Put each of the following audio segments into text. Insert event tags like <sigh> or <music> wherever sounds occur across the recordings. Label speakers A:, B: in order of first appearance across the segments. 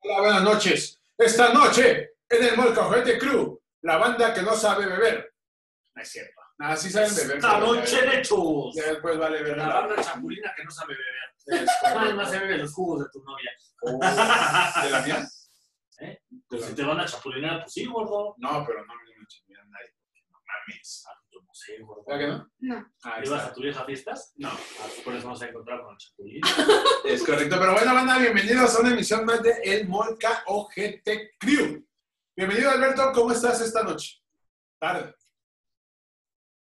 A: Hola, buenas noches. Esta noche, en el Molcajete Crew, la banda que no sabe beber.
B: No es cierto.
A: Nada, sí saben beber.
B: Esta
A: pero-
B: noche de chus.
A: Ya después vale beber.
B: La banda chapulina que no sabe beber.
A: Es
B: Nada
A: correcto.
B: más Ah, se bebe los jugos de tu <laughs> novia.
A: Uh, ¿De la mía?
B: ¿Eh?
A: ¿De la
B: si te van a chapulinear, pues sí, gordo. Ah,
A: No, pero no me lo chingué a nadie.
B: No mames, a tu museo,
A: ¿Verdad
B: gordo.
A: que no?
C: No.
A: Ah, ahí
B: ¿Ibas
A: está.
B: a tu vieja a fiestas?
A: No.
B: Ah, pues por eso nos encontramos con el chapulín.
A: Es correcto, pero bueno, banda, bienvenidos a una emisión más de El Molca OGT Crew. Bienvenido, Alberto, ¿cómo estás esta noche? Tarde.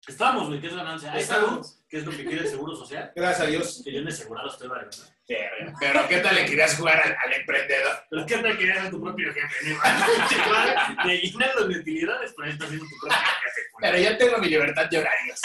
B: Estamos, güey, que es ganancia. Hay salud,
A: Estamos.
B: que es lo que quiere el Seguro Social.
A: Gracias a Dios.
B: Que yo en el segurado estoy vale, ¿verdad?
A: Pero, ¿qué tal le querías jugar al, al emprendedor?
B: Pero es que te querías a tu propio jefe, <laughs> ¿no? Claro, Te llenas las utilidades, pero ahí estás haciendo tu propio jefe. güey.
A: Pero ya tengo mi libertad de horarios.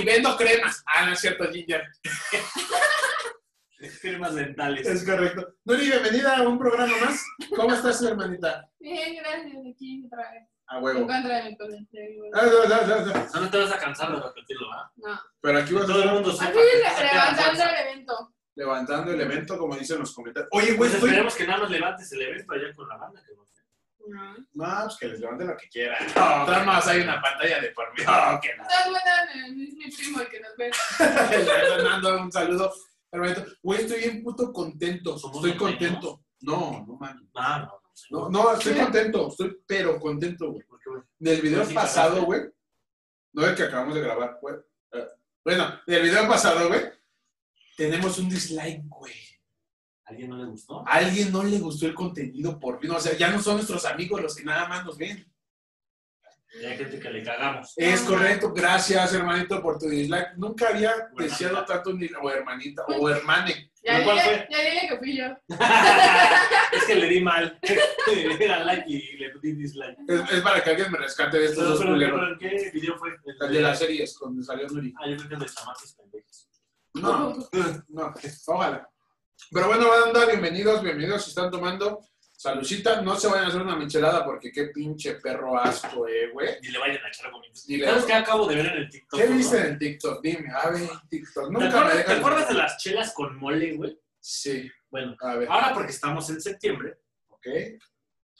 A: Y vendo cremas. Ah, no es cierto, Ginger. <laughs>
B: Firmas dentales.
A: Es correcto. Nuri, bienvenida a un programa más. ¿Cómo estás, hermanita?
C: Bien, gracias. Aquí otra vez.
A: A
C: Encuéntrame con el
A: Ah,
C: celular.
A: no, no, no, no.
B: O sea, no te vas a cansar de repetirlo, ¿verdad?
C: No.
A: Pero aquí
B: Que
A: vas a
B: todo el
A: estar
B: mundo sepa.
C: Así
B: que
C: le-
B: estás pues, aquí a la
C: levantando
B: fuerza.
C: el evento.
A: levantando el evento, como dicen los comentarios. Oye, güey,
B: Pues
A: estoy...
B: esperemos que nada más levantes el evento allá con la banda. Que no sé.
C: No.
A: No, pues que les levanten lo que quieran. No, nada más hay una pantalla de por medio. No, que <laughs> nada.
C: Estás buena, es mi primo el que nos ve.
A: Fernando, un saludo. Hermanito, güey, estoy bien puto contento.
B: ¿Somos
A: Estoy
B: norteños?
A: contento. No, no man.
B: Ah, no, no, sé.
A: No, no, estoy
C: Sí.
A: contento. Estoy pero contento, güey.
B: ¿Por qué, güey?
A: Del video
B: Pues sí,
A: pasado,
B: cagaste.
A: güey. No el que acabamos de grabar, güey. Eh, Bueno, del video pasado, güey. Tenemos un dislike, güey.
B: ¿A ¿Alguien no le gustó?
A: A alguien no le gustó el contenido por fin. O sea, ya no son nuestros amigos los que nada más nos ven.
B: Y Hay gente que le cagamos.
A: <laughs> Es
C: Ajá.
A: correcto, gracias hermanito por tu dislike. Nunca había
B: Hermanita.
A: deseado tanto un dislike, o hermanita, o hermane.
C: Ya
B: ¿Pero cuál Ah,
C: dije, ya dije que fui yo.
B: es que le di mal. <laughs> Le di like y le di dislike.
A: Es, es para que alguien me rescate de estos
B: Pero,
A: dos
B: pero,
A: culeros.
B: pero, ¿en qué video fue?
A: El de las series, donde salió Nuri.
B: Ah, yo creo que el de chamacos pendejos.
A: No, no, ojalá. Pero bueno, banda, bienvenidos, bienvenidos. Si están tomando salucita, no se vayan a hacer una michelada porque qué pinche perro asco, eh, güey.
B: Ni le vayan a echar gomitas.
A: Ni le-
B: ¿Sabes qué acabo de ver en el TikTok?
A: ¿Qué
B: no?
A: viste en TikTok? Dime, a ver, TikTok.
B: ¿Te
A: Nunca me
B: acuerdas, ¿Te
A: dejan.
B: acuerdas de las chelas con mole, güey?
A: Sí,
B: Bueno,
A: a ver,
B: ahora porque estamos en septiembre.
A: ok.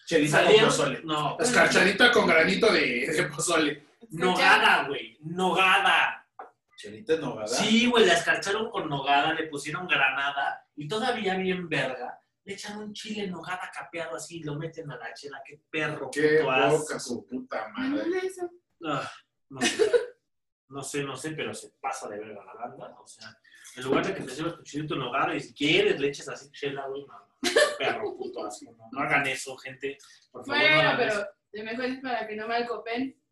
A: Chelita con
B: salieron-
A: pozole.
B: No,
A: Escarchadita con granito de, de pozole.
B: nogada, güey. Nogada.
A: Chelita en nogada.
B: Sí, güey, la escarcharon con nogada, le pusieron granada y todavía bien verga. Le echan un chile en nogada capeado así y lo meten a la chela. ¡Qué perro!
A: Qué
B: puto asco!
A: boca su puta
C: No,
A: madre.
C: no, eso.
B: Ah, no, sé. no sé, no sé, pero se pasa de verga la banda. O sea, en lugar de que te sirvas tu chilito en nogada y si quieres le eches así chela, güey, no, no, qué perro puto asco. No, no hagan eso, gente. Por favor, no
C: Bueno,
B: hagan eso.
C: pero lo mejor es para que no me
B: <laughs>
C: alcopen.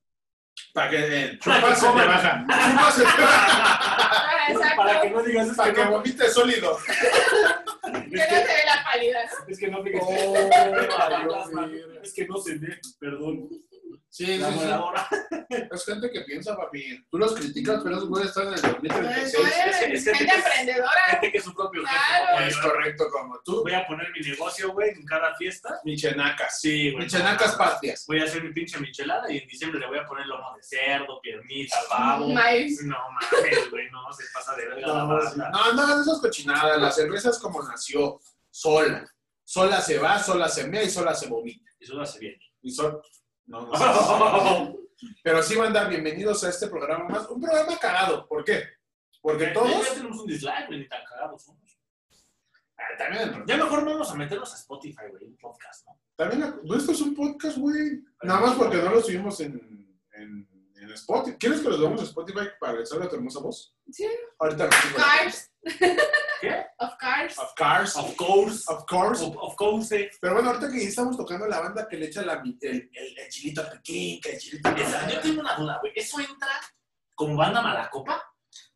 A: Para que el
B: Para que
A: chupa se te
B: coman.
A: baja. Chupa se te baja.
C: Ah,
B: Para que
C: exacto.
B: no digas
A: <laughs>
B: es
A: Para
B: que
A: que
B: no,
A: vomite sólido.
C: Que no se ve la pálida.
B: es que no apliques-
A: <laughs>
B: <laughs>
A: Oh,
B: es que no se ve, perdón.
A: Sí,
B: La
A: sí, sí.
B: moladora.
A: Es gente que piensa, papi. Tú los criticas, pero esos güeyes están en el 2036.
B: es que- es que-
C: Gente emprendedora.
B: gente que es su propio jefe.
C: Claro.
B: güey.
A: Es correcto como tú.
B: Voy a poner mi negocio, güey, en cada fiesta.
A: Michenacas.
B: Sí, güey.
A: Michenacas patrias.
B: Voy a hacer mi pinche michelada y en diciembre le voy a poner lomo de cerdo, piernita,
C: <laughs>
B: pavo.
C: Maíz.
B: No mames, güey, no se pasa de verga la
A: No,
B: banda.
A: no hagan esas cochinadas. La cerveza es como nació, sola. Sola se va, sola se mea y sola se vomita.
B: Y eso lo hace
A: <laughs>
B: bien.
A: Y sol... No, no sé. <laughs> Pero sí, banda, bienvenidos a este programa más. Un programa cagado. ¿Por qué? Porque todos.
B: Ya tenemos un dislike, güey, ni tan cagados somos.
A: Ah, También,
B: Ya mejor vamos a meternos a Spotify, güey, un podcast, ¿no?
A: también. No, esto es un podcast, güey. Nada más porque no lo subimos en, en, en Spotify. ¿Quieres que lo subamos a Spotify para que salga tu hermosa voz?
C: Sí.
A: Ahorita lo subo.
C: Cars.
B: ¿Qué? Ah.
C: Of cars.
A: Of course.
B: Of course.
A: Of course.
B: Of, of course. eh.
A: Pero bueno, ahorita que ya estamos tocando la banda que le echa la, mi- el, el, el chilito pequín, que el chilito.
B: Esa- yo tengo una duda, güey. ¿Eso entra como banda malacopa?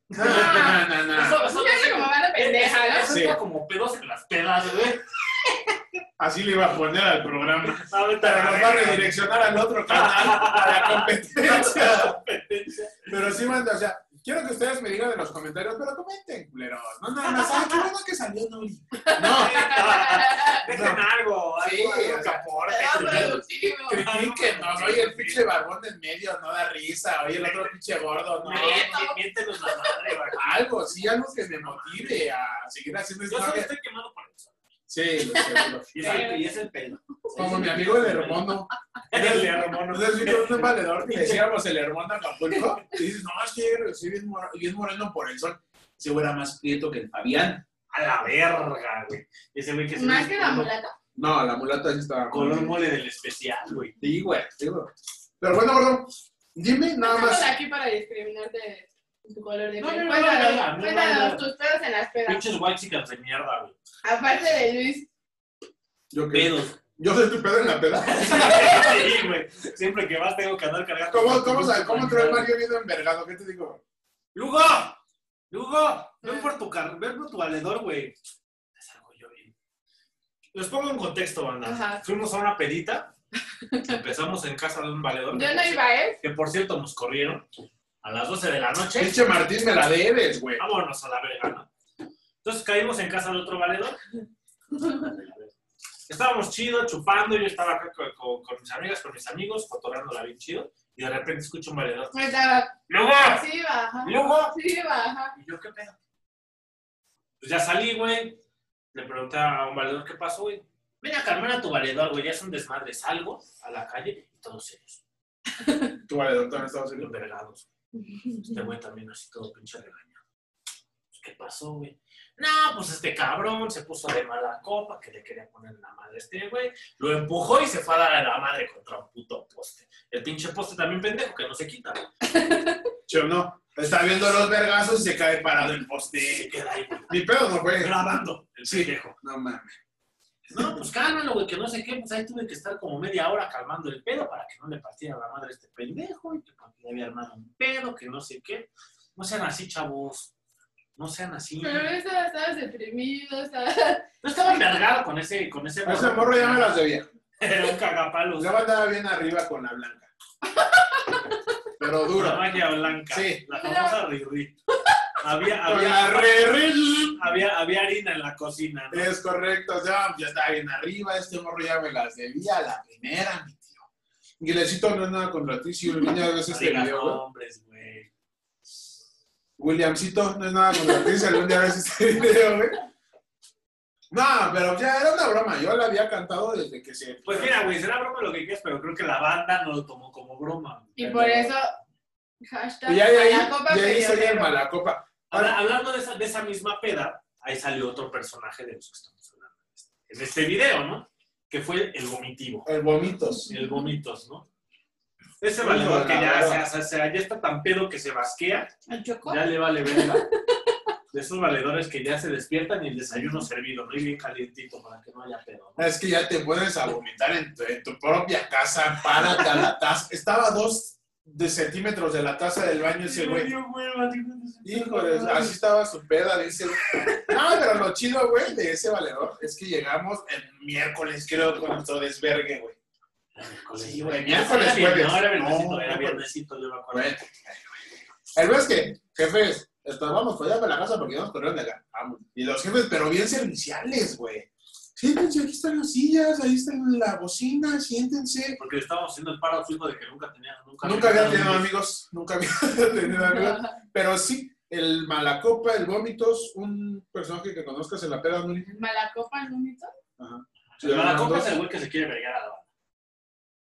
A: No, no, no, no.
B: Eso,
C: pues, Yo
B: eso,
C: soy como van a
B: <laughs>
C: pendeja, ¿no? <laughs>
B: Eso
A: Sí.
B: está como pedos en las pedas, güey.
A: Así le iba a poner al programa. Pero nos va Ah, a
B: Ahorita
A: redireccionar al otro canal, a la competencia. Pero sí, manda, o sea, quiero que ustedes me digan en los comentarios, pero comenten, culeros. No, nada más, ay, qué bueno que salió Nuri. No,
B: <laughs> Dejen algo,
A: Sí,
B: algo, algo que
A: o sea,
B: aporte.
C: Pero productivo.
A: critíquenos, oye, el pinche barbón en medio no da risa, oye, el otro pinche gordo, no.
B: Miente- miéntenos la madre, güey.
A: Algo, sí, algo que me motive a seguir haciendo
B: Yo solo
A: historia.
B: estoy quemado por eso.
A: Sí, Sí, lo seguro.
B: Y es, el, y es el pelo.
A: Como mi amigo el Hermono.
B: <laughs> El de Ramón.
A: ¿No has visto un valedor que decíamos el Hermono Acapulco? Y dices, no, es que sí, bien, mor- bien moreno por el sol. Ese güey era más prieto que el Fabián.
B: A la verga, güey. Ese güey que se
C: Más
B: ve
C: que la mulata.
A: No, la mulata sí estaba.
B: Color mole del especial, güey.
A: Sí, güey, sí, güey. Pero bueno, gordo, dime nada
C: Estamos
A: más.
C: aquí para discriminarte de tu color de
B: No, no,
C: piel.
B: no, no,
C: Cuéntanos,
B: no, no,
C: cuéntanos
B: no.
C: tus pedos en las pedas.
B: Pinches guachicas de mierda, güey.
C: Aparte de Luis,
A: Yo, qué?
B: Pedos. <laughs>
A: yo soy tu pedo en la peda.
B: Sí, güey. Siempre que vas tengo que andar cargando.
A: ¿Cómo, cómo, sa- cómo entró el Mario viendo envergado? ¿Qué te digo?
B: ¡Lugo! ¡Lugo! Ven por tu, car ven por tu valedor, güey. Te salgo yo bien. Les pongo en contexto, banda.
C: Ajá.
B: Fuimos a una pedita. Empezamos en casa de un valedor.
C: yo no iba, ¿eh?
B: Que por cierto nos corrieron a las 12 de la noche.
A: Pinche Martín, me la debes, güey.
B: Vámonos a la verga, ¿no? Entonces caímos en casa del otro valedor. Estábamos chido, chupando. Yo estaba acá con, con- con mis amigas, con mis amigos, cotorrándola bien chido. Y de repente escucho un valedor.
C: Estaba,
B: ¡Lugo!
C: Pues, sí iba, ajá.
B: ¡Lugo!
C: Sí iba, ajá.
B: Y yo, ¿qué pedo? Pues ya salí, güey. Le pregunté a un valedor, ¿qué pasó, güey? Ven a calmar a tu valedor, güey. Ya es un desmadre. Salgo a la calle y todos ellos,
A: Tu valedor también estaba sirviendo.
B: envergados. Este güey también así todo pinche regañado. Pues, ¿Qué pasó, güey? No, pues este cabrón se puso de mala copa que le quería poner la madre a este güey. Lo empujó y se fue a dar a la madre contra un puto poste. El pinche poste también pendejo que no se quita.
A: Yo no. Está viendo los vergazos y se cae parado el
B: Y
A: poste.
B: se queda ahí, güey,
A: Mi pedo no fue.
B: grabando el
A: Sí.
B: pendejo.
A: No mames.
B: No, pues cálmalo, güey, que no sé qué, pues ahí tuve que estar como media hora calmando el pedo para que no le partiera la madre a este pendejo y que porque le había armado un pedo, que no sé qué. No sean así, chavos. No sean así.
C: Pero
B: No
C: estabas, estabas deprimido, estabas...
B: estaba envergado con ese, con ese
A: A ese morro ya me las debía.
B: <laughs> Era un cagapalos.
A: Yo andaba bien arriba con la blanca. <laughs> Pero
B: La
A: duro.
B: magia blanca.
A: Sí.
B: La famosa Riri.
A: <laughs>
B: Había,
A: Con la
B: había,
A: re- re-
B: había, había harina en la cocina, ¿no?
A: Es correcto, o sea, ya estaba bien arriba, este morro ya me las debía, la primera, mi tío. Guilecito no es nada contra ti, si algún día ves
B: No
A: este
B: digas
A: video, güey.
B: nombres, güey.
A: Williamcito, no es nada contra ti, si algún día ves este video, güey. No, pero ya era una broma, yo la había cantado desde que se...
B: Pues mira, güey, será broma lo que quieras, pero creo que la banda no lo tomó como broma.
C: Y por eso, hashtag,
A: Y ya de ahí,
C: la copa
A: ya ahí
C: que yo
A: soy el
C: quiero.
A: malacopa.
B: Habla- hablando de esa, de esa misma peda, ahí salió otro personaje de los que estamos hablando en este- en este video, ¿no? Que fue el vomitivo,
A: El vomitos.
B: el vomitos, ¿no? Ese
A: Sí,
B: valedor que ya,
A: valedor.
B: se, hace- se- ya está tan pedo que se basquea,
C: ¿El chocó?
B: ya le vale verga. De esos valedores que ya se despiertan y el desayuno servido, muy bien calientito para que no haya pedo. ¿no?
A: Es que ya te pones a vomitar en tu, en tu propia casa, párate a la taza. Estaba a dos de centímetros de la taza del baño ese güey. Híjole, así estaba su peda, dice. No, pero lo chido, güey, de ese valedor es que llegamos el miércoles, creo, con nuestro desvergue, güey. Sí, güey, miércoles, jueves.
B: No, era
A: No,
B: viernesito, era
A: miércoles.
B: viernesito, yo me acuerdo.
A: Bueno, eh, El güey es que, jefes, esto, vamos para allá para la casa porque ya nos corrieron de acá. Vamos. Y los jefes, pero bien serviciales, güey. Siéntense, aquí están las sillas, ahí está la bocina, siéntense.
B: Porque le estábamos haciendo el paro fijo de que nunca teníamos, nunca,
A: Nunca había tenido amigos, nunca había <laughs> tenido amigos. Pero sí, el Malacopa, el Vómitos, un personaje que conozcas en la peda, ¿no?
C: ¿Malacopa el vómito?
B: El malacopa es el güey que se quiere vergar a la banda.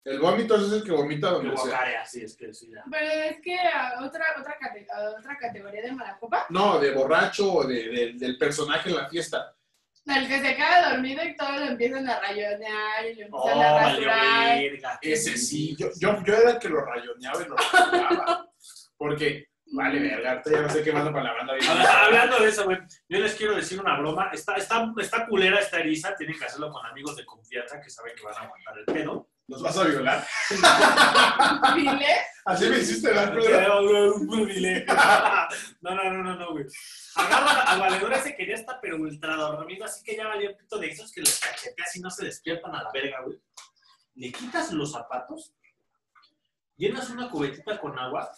A: El vómito es el que vomita
B: Que
A: donde sea.
B: guacarea, sí, es que sí. ya.
C: Pero es que ah, otra, otra, cate- ah, otra categoría de malacopa,
A: No, de borracho o de, de- del personaje en la fiesta.
C: el que se queda dormido y todos lo empiezan a rayonear y lo empiezan
B: Oh,
C: a
B: valió
C: rasurar.
B: verga.
A: Ese sí, yo, yo, yo era el que lo rayoneaba y lo rayoneaba. Porque, vale, verga, ahorita ya no sé qué mando para la banda.
B: <laughs> Habla- Hablando de eso, güey, yo les quiero decir una broma. Está, está, está culera esta eriza, tienen que hacerlo con amigos de confianza que saben que van a aguantar el pedo.
A: ¿Nos vas a violar?
C: <laughs> Dile,
A: Así me hiciste la prueba.
B: <laughs> No, no, no, no, no, güey. Agarra al valedor ese que ya está pero ultra dormido, así que ya valió pito de esos que los cacheteas y no se despiertan a la verga, güey. Le quitas los zapatos, llenas una cubetita con agua,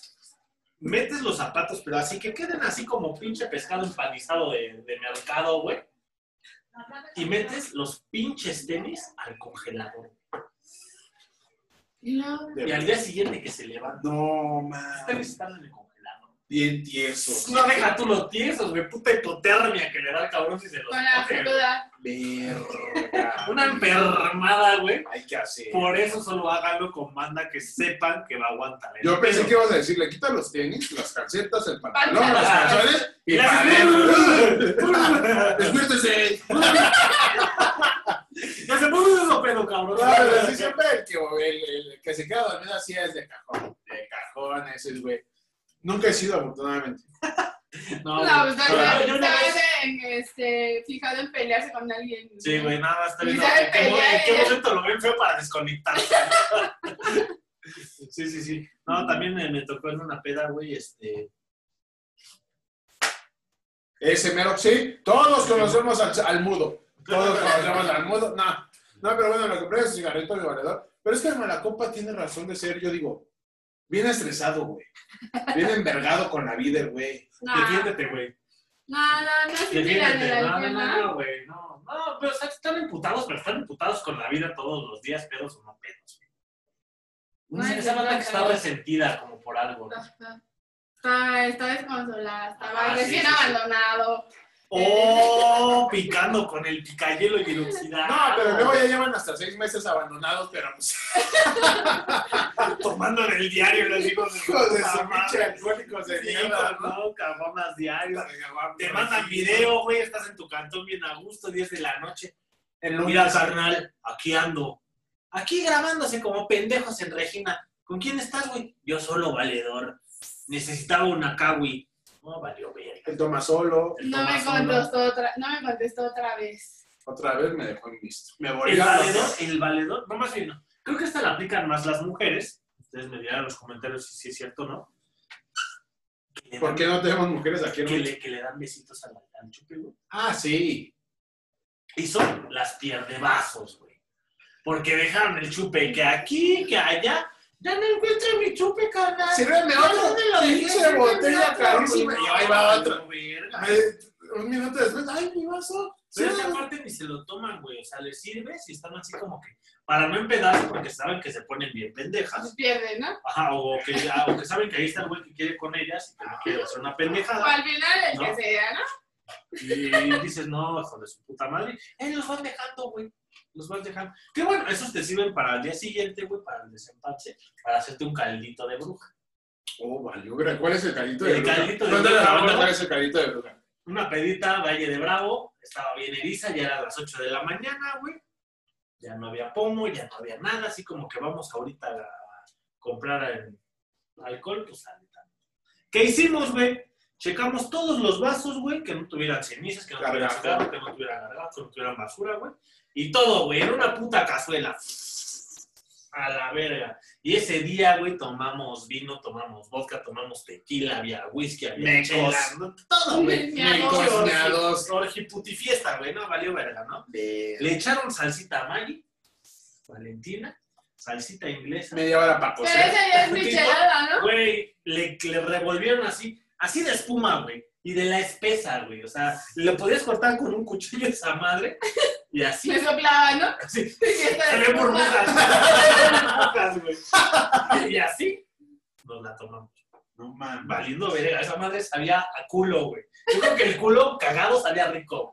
B: metes los zapatos, pero así que queden así como pinche pescado empanizado de, de mercado, güey. Y metes los pinches tenis al congelador.
C: no,
B: Y al día siguiente que se levanta,
A: No,
B: los
A: man.
B: tenis están en el congelador.
A: bien tiesos.
B: No deja tú los tiesos, güey. Puta hipotermia que le da al cabrón si se los
C: Con la
B: coge, güey.
C: cruda.
A: Verga.
B: Una enfermada, güey.
A: Hay que hacer.
B: Por eso solo háganlo con banda que sepan que va a aguantar. ¿eh? el
A: Yo pensé
B: pedo.
A: que ibas a decirle, quita los tenis, las calcetas, el pantalón,
C: Pantalón.
A: los calzones y eh.
B: Y las-
A: para <laughs> adentro. ¡Despiértese!
B: Ya se puso eso, pedo, cabrón.
A: Claro, sí, siempre el que, el- el que se queda dormido así es de cajón. De cajón, ese es, güey. Nunca he sido, afortunadamente.
B: No,
C: No,
B: güey.
C: pues
B: Pero
C: está
B: yo una vez-
C: en, este, fijado en pelearse con alguien.
B: Sí, güey, nada más está
C: Ni
B: viendo.
C: sabe
B: ¿En qué, mo-
C: pelear,
B: en qué
C: ella.
B: momento lo ven feo para desconectarse? sí, sí, sí. No, también me, me tocó en una peda, güey, este.
A: Ese mero, sí. Todos conocemos al, al mudo. Todos
B: Ah.
A: conocemos al mudo. No, no, pero bueno, me compré el cigarrito de valedor. Pero es que hermano, la copa tiene razón de ser, yo digo, bien estresado, güey. Bien envergado con la vida, el güey.
C: No,
B: Defiéndete, güey.
C: no, no, no se tiran de
B: Defiéndete.
C: la
B: No, no, no,
C: alcohol,
B: no, güey. No, no, pero o sea, están emputados, pero están emputados con la vida todos los días, pedos o no pedos.
C: No, Ah.
B: güey.
C: es
B: Esa banda
C: verdad,
B: que está
C: claro.
B: resentida como por algo.
C: ¿no? Ajá. Está, está desconsolada, estaba
B: Ah, sí,
C: recién
B: sí, sí.
C: abandonado.
B: Oh, picando con el picayelo y el oxidado.
A: No, pero luego ya llevan hasta seis meses abandonados, pero pues,
B: <laughs>
A: <laughs>
B: tomando en el diario los hijos de su
A: hijos de su
B: puta madre.
A: pinche alcohólicos <laughs> de
B: Sí,
A: mierda, ¿no?
B: no, cabonas diario. Te mandan
A: matan
B: video, güey, estás en tu cantón bien a gusto, 10 de la noche.
A: En
B: Mira, carnal, aquí ando. Aquí grabándose como pendejos en Regina. ¿Con quién estás, güey? Yo solo, valedor. Necesitaba una kawi. No, valió verga.
A: El toma solo.
B: El
C: No me
B: Tomás Solo.
C: contestó otra, no me contestó otra vez.
A: Otra vez me dejó en visto. Me
B: El
A: volví a
B: valedor, el valedor, no más bien, no. creo que esta la aplican más las mujeres. Ustedes me dirán en los comentarios si, sí es cierto o no. Que le
A: ¿Por
B: dan-
A: qué no tenemos mujeres aquí en
B: que
A: el
B: le, que le dan besitos al, al chupe, güey.
A: Ah, sí.
B: Y son las pierdevazos, güey. Porque dejaron el chupe que aquí, que allá. Ya no encuentro mi chupe, carnal.
A: Sírveme
B: ¿Ya
A: otro.
B: dónde Ah, lo dejé?
A: pinche
B: Sírveme
A: botella
B: otro, güey.
A: carísima. Y ahí va
B: No,
A: otra.
B: verga.
A: Me- un minuto después, ay, mi vaso.
B: Pero es que
A: Sírveme.
B: aparte ni se lo toman, güey. O sea, les sirve si están así como que... Para no empedarse porque saben que se ponen bien pendejas.
C: Pues pierde, ¿no?
B: Ajá, o que, ah, o que saben que ahí está el güey que quiere con ellas y que no quiere hacer una pendejada.
C: O al final el
B: Ah. No.
C: que sea, ¿no?
B: Y dices, no, hijo de su puta madre. Eh, los vas dejando, güey. Los vas dejando. Qué bueno, esos te sirven para el día siguiente, güey, para el desempate, para hacerte un caldito de bruja.
A: Oh, valió, verga. ¿Cuál es el caldito
B: El
A: de bruja?
B: caldito de
A: Cuéntale a la
B: bruja,
A: banda
B: ¿no?
A: cuál es el caldito de bruja.
B: Una pedita, Valle de Bravo, estaba bien eriza, ya eran las 8 de la mañana, güey. Ya no había pomo, ya no había nada, así como que vamos ahorita a comprar el alcohol, pues ahorita. ¿Qué hicimos, güey? Checamos todos los vasos, güey, que no tuvieran cenizas, que no tuvieran
A: Gargajo.
B: cigarro, que no tuvieran gargajo, que no tuvieran basura, güey. Y todo, güey, en una puta cazuela. A la verga. Y ese día, güey, tomamos vino, tomamos vodka, tomamos tequila, había whisky, había
A: Mecos.
B: chela, ¿no? todo, güey.
C: Me Mecos,
B: Orgi-
A: meados.
B: orgi putifiesta, güey, no, valió verga, ¿no?
A: Verga.
B: Le echaron salsita a Maggie, Valentina, salsita inglesa.
A: Media hora para
C: Pero
A: coser.
C: esa ya es
B: tipo-
C: michelada, ¿no?
B: Güey, le, le revolvieron así, así de espuma, güey. Y de la espesa, güey. O sea, lo podías cortar con un cuchillo esa madre. Y
C: <laughs>
B: así,
C: Me soplaba, ¿no?
B: <laughs> así.
C: Y esta
B: Se ven <laughs>
C: después, <laughs>
B: burbujas. Se ven burbujas, güey. Y así nos la tomamos.
A: No mames.
B: Valiendo verga. Esa madre sabía a culo, güey. Yo creo que el culo cagado sabía rico.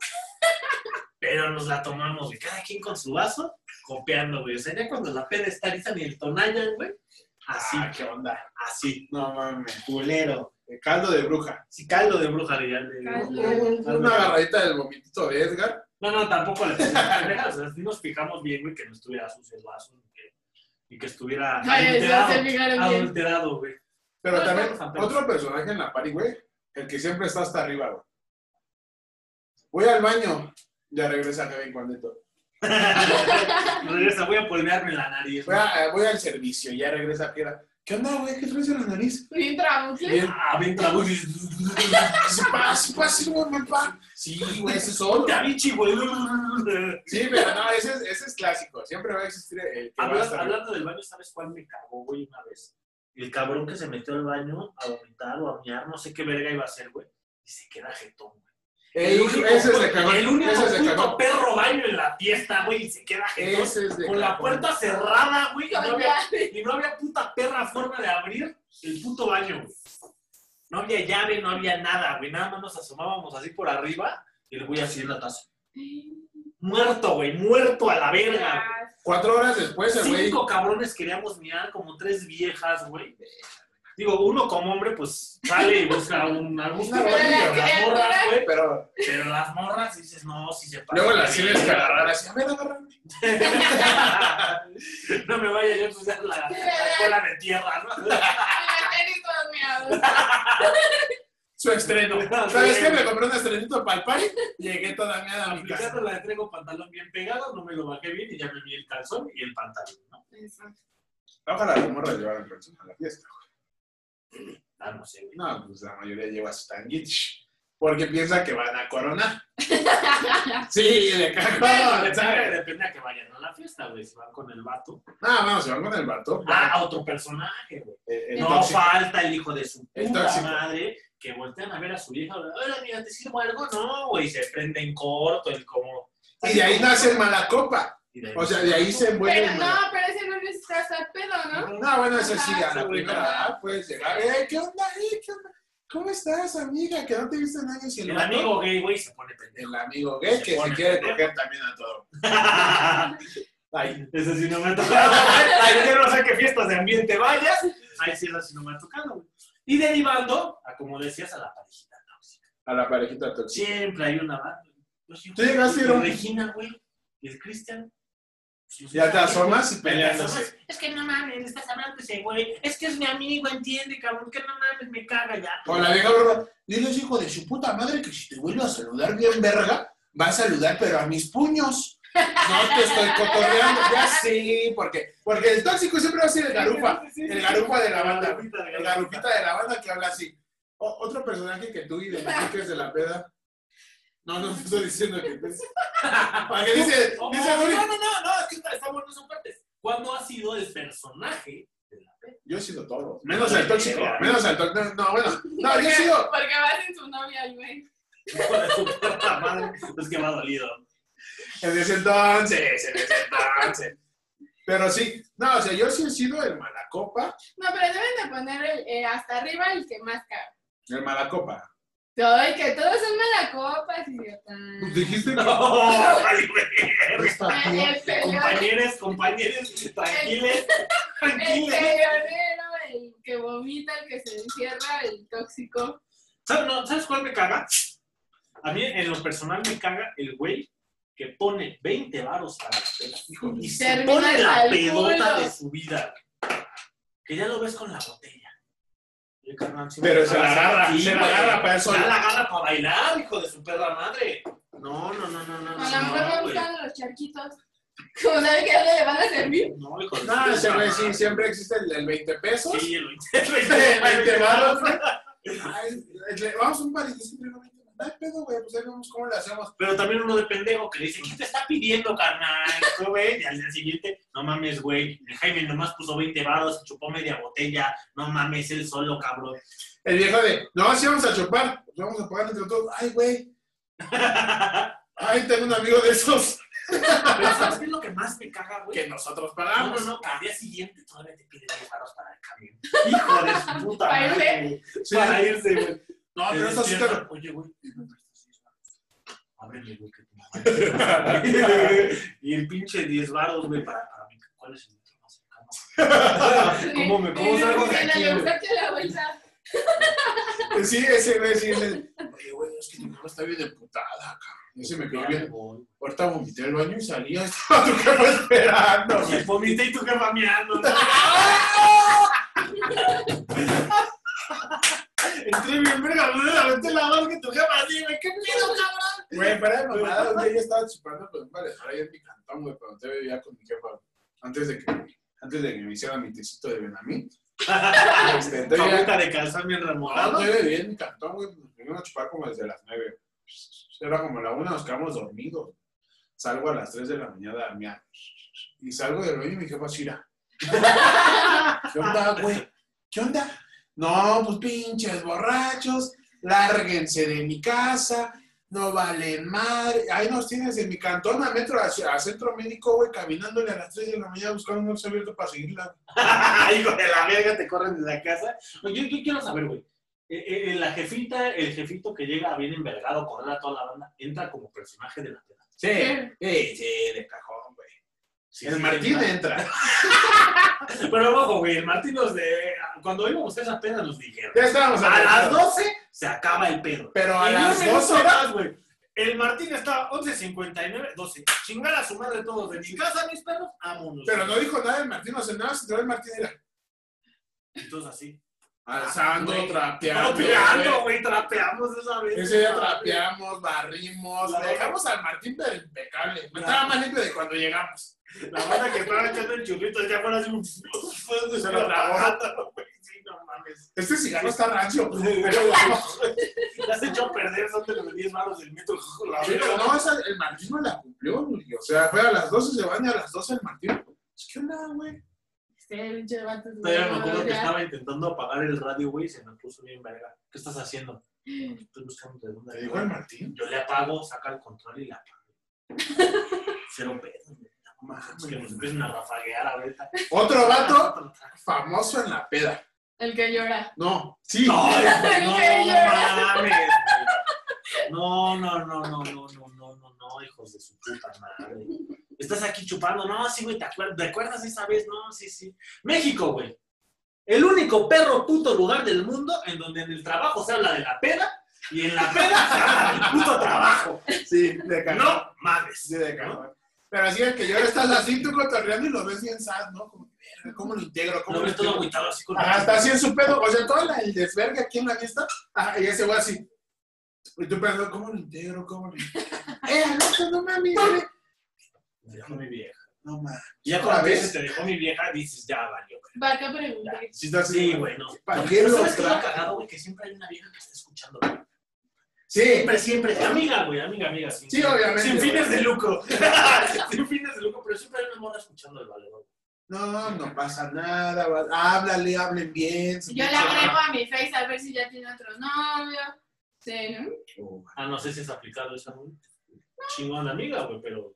B: Pero nos la tomamos, güey. Cada quien con su vaso, copiando, güey. O sea, ya cuando la peda está lista ni el tonayan, güey. Así,
A: Ah, qué onda.
B: así.
A: No mames.
B: Culero.
A: El caldo de bruja.
B: Si caldo de bruja le le-
C: Caldo.
A: Una agarradita del vomitito de Edgar.
B: No, no, tampoco le pusimos pendejas. O sea, sí nos fijamos bien, güey, que no estuviera sucio el vaso y que, y que estuviera
C: Ay, ya se
B: adulterado.
C: fijaron bien.
B: Adulterado,
C: <laughs>
B: güey.
A: Pero
C: No,
A: también,
B: no, tampoco.
A: otro personaje en la pari, güey. El que siempre está hasta arriba, güey. Voy al baño. Ya regresa Kevin Cuandeto.
B: Regresa, voy a polvearme la nariz.
A: Voy,
B: güey.
A: a- eh, voy al servicio. Ya regresa Piera. ¿Qué onda, güey? ¿Qué traes en la nariz?
C: Bien trabucle.
A: Bien.
B: Ah, ven, trago, y-
A: Sí, pa, sí, pa, sí, güey, me pa. Sí, güey, ese es otro.
B: Ya vi, chico.
A: Sí, pero no, ese es, ese es clásico. Siempre va a existir el que va a
B: Hablando,
A: estar.
B: hablando del baño, ¿sabes cuál me cagó, güey, una vez? El cabrón que se metió al baño a vomitar o a miar, no sé qué verga iba a hacer, güey. Y se queda jetón, güey.
A: Ey, ese es de cagón.
B: el único
A: Ese es de
B: puto
A: cagón.
B: perro baño en la fiesta, güey, y se queda jetón.
A: Ese es de
B: con la
A: cagón.
B: puerta cerrada, güey, y no,
C: Con
B: había,
C: llave.
B: y no había puta perra forma de abrir el puto baño, güey. No había llave, no había nada, güey. Nada más nos asomábamos así por arriba y le voy así en la taza. Muerto, güey, muerto a la verga.
A: Cuatro horas después, el güey.
B: Cinco cabrones queríamos mirar, como tres viejas, güey. Digo, uno como hombre, pues sale y busca un, algún
A: Una
B: cabrón, <laughs> pero
C: buena
B: las morras, güey.
A: Pero
B: Pero las morras dices, no, si se pasa.
A: luego las tienes que agarrar así. A ver, agárrame.
B: <laughs> no me vaya yo a cruzar la, la cola de
A: <laughs>
B: tierra, ¿no?
C: tenis todos mirados.
A: Su <laughs> estreno. ¿Sabes qué? Me compré un estrenito para el party. Llegué toda mierda a mi casa.
B: Aplicando la de traigo pantalón bien pegado, no me lo bajé bien y ya me vi el calzón y el pantalón, ¿no?
A: Ojalá las morras llevaran calzón a la fiesta.
B: Ah, no sé, güey.
A: No, pues la mayoría lleva su tanguit. Porque piensa que van a coronar. <laughs> Sí, le cago. ¿sabes?
B: No, depende, depende a que vayan a la fiesta, güey. Si van con el vato.
A: No, vamos, se van con el vato. Eh,
B: Ah, a otro personaje, güey.
A: El- el
B: No
A: tóxico.
B: falta el hijo de su
A: El
B: puta
A: tóxico.
B: madre que voltean a ver a su vieja. Hola, mira, ¿te sirvo algo? No, güey. Se prende en corto el como.
A: Y de ahí nace el mala copa.
B: Y de ahí-
A: O sea, de ahí se envuelve
C: Pero
A: el
C: no, pero ese no necesita estar pedo, ¿no?
A: No, bueno, eso sí, a
B: Ajá,
A: la primera
B: ajá.
A: edad puedes llegar. "Eh, ¿Qué onda? Eh, ¿Qué onda? ¿Cómo estás, amiga? Que no te viste en años y
B: El
A: vato-
B: amigo gay, güey, se pone
A: <laughs> El
B: pendejo.
A: amigo gay
B: Se
A: que se
B: pone
A: quiere
B: pendejo.
A: coger también a todo.
B: Ay, eso sí no me
A: <laughs>
B: ha tocado. Ay, yo no sé qué fiestas de ambiente vayas. Ay, sí, eso sí no me ha tocado. güey. Y derivando, a como decías, a la parejita tóxica.
A: A la parejita tóxica.
B: Siempre hay una banda. Yo siempre-
A: Tú llegaste, ¿no?
B: Regina, güey. Y el Cristian. Pues,
A: Ya te
B: no sé,
A: asomas y
B: güey, te asomas.
A: peleándose.
B: Es que no mames, estás hablando de ese güey. Es que es mi amigo, entiende, cabrón. Que no mames, me caga ya.
A: Con la vieja gorda. Diles, hijo de su puta madre, que si te vuelvo a saludar bien verga, va a saludar, pero a mis puños. No te estoy cotorreando. Ya sí, porque, porque el tóxico siempre va a ser el garufa. El garufa de la banda. El garupita de la banda que habla así. O- otro personaje que tú identifiques de la peda. No, no te estoy diciendo que tú. Porque dice,
B: Oh, No,
A: dice Duri,
B: no, no, no, no, es que está, está bueno esos partes. ¿Cuándo ha sido el personaje de la peda?
A: Yo he sido todo. Menos el tóxico. Menos el tóxico. No, no, bueno. No, yo he
C: Porque-
A: sido.
C: Porque vas en su novia, güey.
B: Hijo de su puta madre, es que me ha dolido.
A: En ese entonces, en ese entonces. Pero sí, no, o sea, yo sí he sido el malacopa.
C: No, pero deben de poner el, eh, hasta arriba el que más cabe.
A: El malacopa.
C: Ay, que todos son malacopas, idiota.
A: Pues dijiste <laughs> que.
B: Mm. No, vale, güey.
A: Pues, papi,
C: El peleonero,
B: Compañeros, compañeros, tranquiles,
C: el
B: tranquiles.
C: peleonero, el que vomita, el que se encierra, el tóxico.
B: ¿Sabes, no, ¿Sabes cuál me caga? A mí en lo personal me caga el güey que pone 20 varos para la peda. hijo, Y se
C: Termina
B: pone la
C: al
B: pedota
C: culo.
B: de su vida. Que ya lo ves con la botella. Y el carnal, sí,
A: Pero
B: me
A: se la
B: caga,
A: agarra,
B: sí,
A: se la
B: güey.
A: agarra para eso.
B: Ya la agarra para bailar, hijo de su perra madre. No, no, no, no, no.
C: A lo
B: no,
C: mejor va
B: güey.
C: buscando los charquitos. Como sabe que ahora le van a servir.
B: No, hijo de su
A: No,
B: perra
A: ese güey sí,
B: madre.
A: siempre existe el, el 20 pesos.
B: Sí, el 20,
A: <laughs> El 20
B: varos.
A: varos. Ay, le- Vamos a un bar y yo siempre digo, 20 No hay pedo, güey, pues ahí vemos cómo le hacemos.
B: Pero también uno de pendejo que le dice, ¿qué te está pidiendo, carnal?
A: <laughs>
B: Tú, güey, y al día siguiente, no mames, güey. el Jaime nomás puso 20 varos, chupó media botella. No mames, él solo, cabrón.
A: El viejo de, no, sí vamos a chupar, pues vamos a pagar entre todos. Ay,
B: <laughs>
A: güey, ay, tengo un amigo de esos
B: Pero ¿sabes qué es lo que más me caga, güey?
A: que nosotros
B: No, no,
A: pagamos.
B: no, que al día siguiente todavía te piden 10 varos para el
A: <laughs>
B: camión. Hijo de su puta
C: Para irse.
B: madre, güey.
A: Sí.
B: Para irse, güey.
A: No, pero eso sí te lo.
B: Oye, güey, ¿me prestas 10 varos? Ábrele, güey, que
A: <laughs>
B: tu mamá Y el pinche 10 varos, güey, para, para mí. ¿Cuál es el metro más cercano? ¿Cómo me cómo salgo de aquí,
C: Le
B: güey?
C: la vuelta.
A: Pues Sí, ese güey, sí, ese. Oye, güey, es que tu mamá está bien de putada, cabrón. Ese me quedó
B: Ya me
A: bien.
B: voy.
A: Ahorita vomité al baño y <laughs> salía. Estaba tu jefa esperando.
B: <laughs> Y vomité y tú que mameando. ¿no?
A: Entré bien, verga, me la aventé la mano que tu jefa así, güey. ¿Qué
C: Pero, cabrón.
A: Güey, para de mamada, un día yo estaba chupando con un malestar ahí en mi cantón, güey, cuando te vivía con mi jefa, güey. antes de que, antes de que me hiciera mi tecito de Benamí. este, entonces ya-
B: Agüita de calzón bien
A: Ah,
B: remojado.
A: todavía vivía en mi cantón, güey. Nos vinimos a chupar como desde las 9. Era como la 1, nos quedamos dormidos. Salgo a las 3 de la mañana a mía. Y salgo del baño y mi jefa
D: <laughs>
A: Shira. ¿Qué onda, güey? ¿Qué onda? No, pues pinches borrachos, lárguense de mi casa, no valen madre. Ahí nos tienes en mi cantón a metro, hacia, a centro médico, güey, caminándole a las 3 de la mañana buscando un oxo abierto para seguirla.
B: <laughs> Hijo de la verga, te corren de la casa. Oye, yo, yo quiero saber, güey. eh, eh, la jefita, el jefito que llega bien envergado, correr a toda la banda, entra como personaje de la tela.
D: Sí, sí, sí, de cajón, güey.
B: Sí,
A: el
B: sí,
A: Martín
B: entra.
A: entra.
B: Pero ojo, güey, el Martín nos de. Cuando íbamos a esa peda nos dijeron.
A: Ya estábamos
B: A las
A: hablando.
B: 12 se acaba el pedo.
A: Pero a
B: Y no
A: las
B: me
A: 12
B: gusta
A: horas.
B: más, güey. El Martín estaba 11.59, 12. Chingar a su madre todos de mi casa, mis perros, vámonos.
A: Pero no dijo nada el Martín, no sé nada, se trae el Martín era
B: Entonces así.
A: alzando,
B: Güey.
A: trapeando.
B: Trapeando, güey, trapeamos esa vez.
A: güey. Ese día trapeamos, barrimos,
B: La-
A: le dejamos al Martín pero impecable.
B: La-
A: Estaba más limpio de cuando llegamos.
B: La banda que estaba echando el churrito ya fuera así. un-
A: Se lo tragó.
B: Barata, güey, Sí, no
A: <laughs>
B: mames.
A: Este cigarro está rancho.
B: Ya se echó a perder, son de los 10 malos del metro. La
A: Sí, pero
B: verga.
A: no, esa- el Martín no la cumplió, Nuri. O sea, fue a las 12 se baña, a las 12 el Martín. Es que onda, güey.
C: Este pinche vato es
B: Todavía me acuerdo
C: bueno,
B: que
C: ya.
B: estaba intentando apagar el radio, güey, y se me puso bien verga. ¿Qué estás haciendo? Estoy buscando de dónde.
A: Le dijo el Martín.
B: Yo le apago, saca el control y la apago. Cero pedo, güey. No mames, que nos empiecen a rafaguear ahorita.
A: Otro vato famoso en la peda.
C: El que llora.
A: No, sí.
C: <laughs>
B: No,
A: <laughs>
B: no,
C: Ay, qué
B: mames. No, no, no, no, no, no, no, no, no, hijos de su puta madre. Estás aquí chupando. No, sí, güey, ¿te acuerdas? ¿Te acuerdas esa vez? No, sí, sí. México, güey. El único perro puto lugar del mundo en donde en el trabajo se habla de la peda y en la peda se habla del puto trabajo.
A: Sí, de cagón.
B: No mames.
A: Sí, de cagón. Pero así es que yo estás así, tú cotorreando y lo ves bien sad, ¿no? Como, verga, ¿cómo lo integro? ¿Cómo
B: Lo
A: lo
B: ves todo
A: integro?
B: agüitado así con
A: Ajá, está así en su pedo. O sea, todo la- el desvergue aquí en la fiesta. Ajá, y ese güey así. Y tú pensando, ¿cómo lo integro? ¿Cómo lo integro? <laughs> eh, no, no mames. eh. güey.
B: Me dejó mi vieja.
A: No mames.
B: Y ya
A: ¿Otra
B: cuando te
A: vez?
B: dices, te dejó mi vieja, dices, ya valió.
C: Va, ¿qué pregunta?
A: Sí, está así.
B: Sí, güey, no.
A: ¿Para
B: No,
A: qué
B: ¿Sabes
A: lo
B: qué es lo
A: trajo?
B: cagado, güey? Que siempre hay una vieja que está escuchando.
A: Sí,
B: Siempre, siempre. Amiga, güey, amiga, amiga. sin-
A: Sí, obviamente,
B: Sin
A: güey.
B: fines de lucro. <laughs> sin fines de lucro, pero siempre hay una morra escuchando el valedor.
A: No, no pasa nada. va- Háblale, hablen bien. su
C: Yo le
A: pinche-
C: agrego a mi face a ver si ya tiene otro novio. Sí, ¿no?
A: Oh.
B: Ah, no sé si es aplicado esa, güey. Chingón amiga, güey, pero.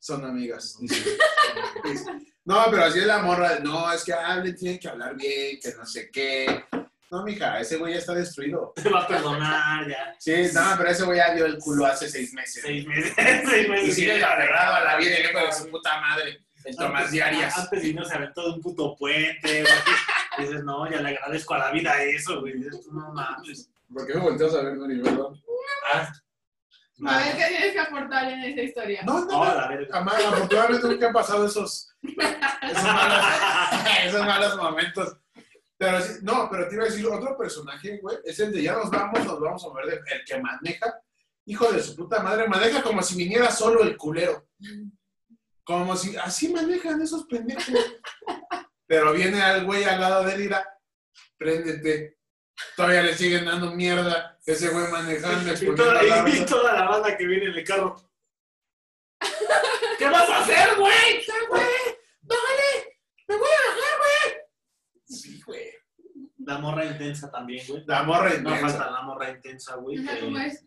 A: Son amigas. dice. <laughs> No, pero así es la morra. No, es que hablen, tienen que hablar bien, que no sé qué. No, mija, ese güey ya está destruido.
B: Te va a perdonar ya.
A: Sí, no, pero ese güey ya dio el culo hace seis meses.
B: Seis meses. <laughs> Seis meses.
A: Y sigue aferrado a la vida y de su puta madre. El Tomás de Arias.
B: Antes de no se aventó de un puto puente, güey. Dices, no, ya le agradezco a la vida eso, güey. Dices, no mames.
A: ¿Por qué me volteas a ver, Nuri, perdón?
B: Ah,
C: A ver qué tienes que aportar en esta historia.
A: No, no,
B: Ahora,
A: no.
B: a ver.
A: Amar, afortunadamente nunca han pasado esos, esos,
B: <laughs>
A: malos, esos malos momentos. Pero sí, no, pero te iba a decir, otro personaje, güey, es el de ya nos vamos, nos vamos a mover, de- el que maneja, hijo de su puta madre, maneja como si viniera solo el culero. Como si, así manejan esos pendejos. Pero viene al güey al lado de él y da, préndete. Todavía le siguen dando mierda ese güey manejando.
B: Y
A: exponiendo
B: toda,
A: a la
B: y- y
A: banda.
B: <laughs> toda la banda que viene en el carro. ¿Qué vas a hacer, güey?
A: ¡Dale, güey! ¡Dale! ¡Me voy a bajar, güey! Sí, güey.
B: La morra intensa también, güey.
A: La morra
B: No
A: intensa.
B: falta la morra intensa, güey.
C: Ajá, ¿Cómo
B: que-
C: es?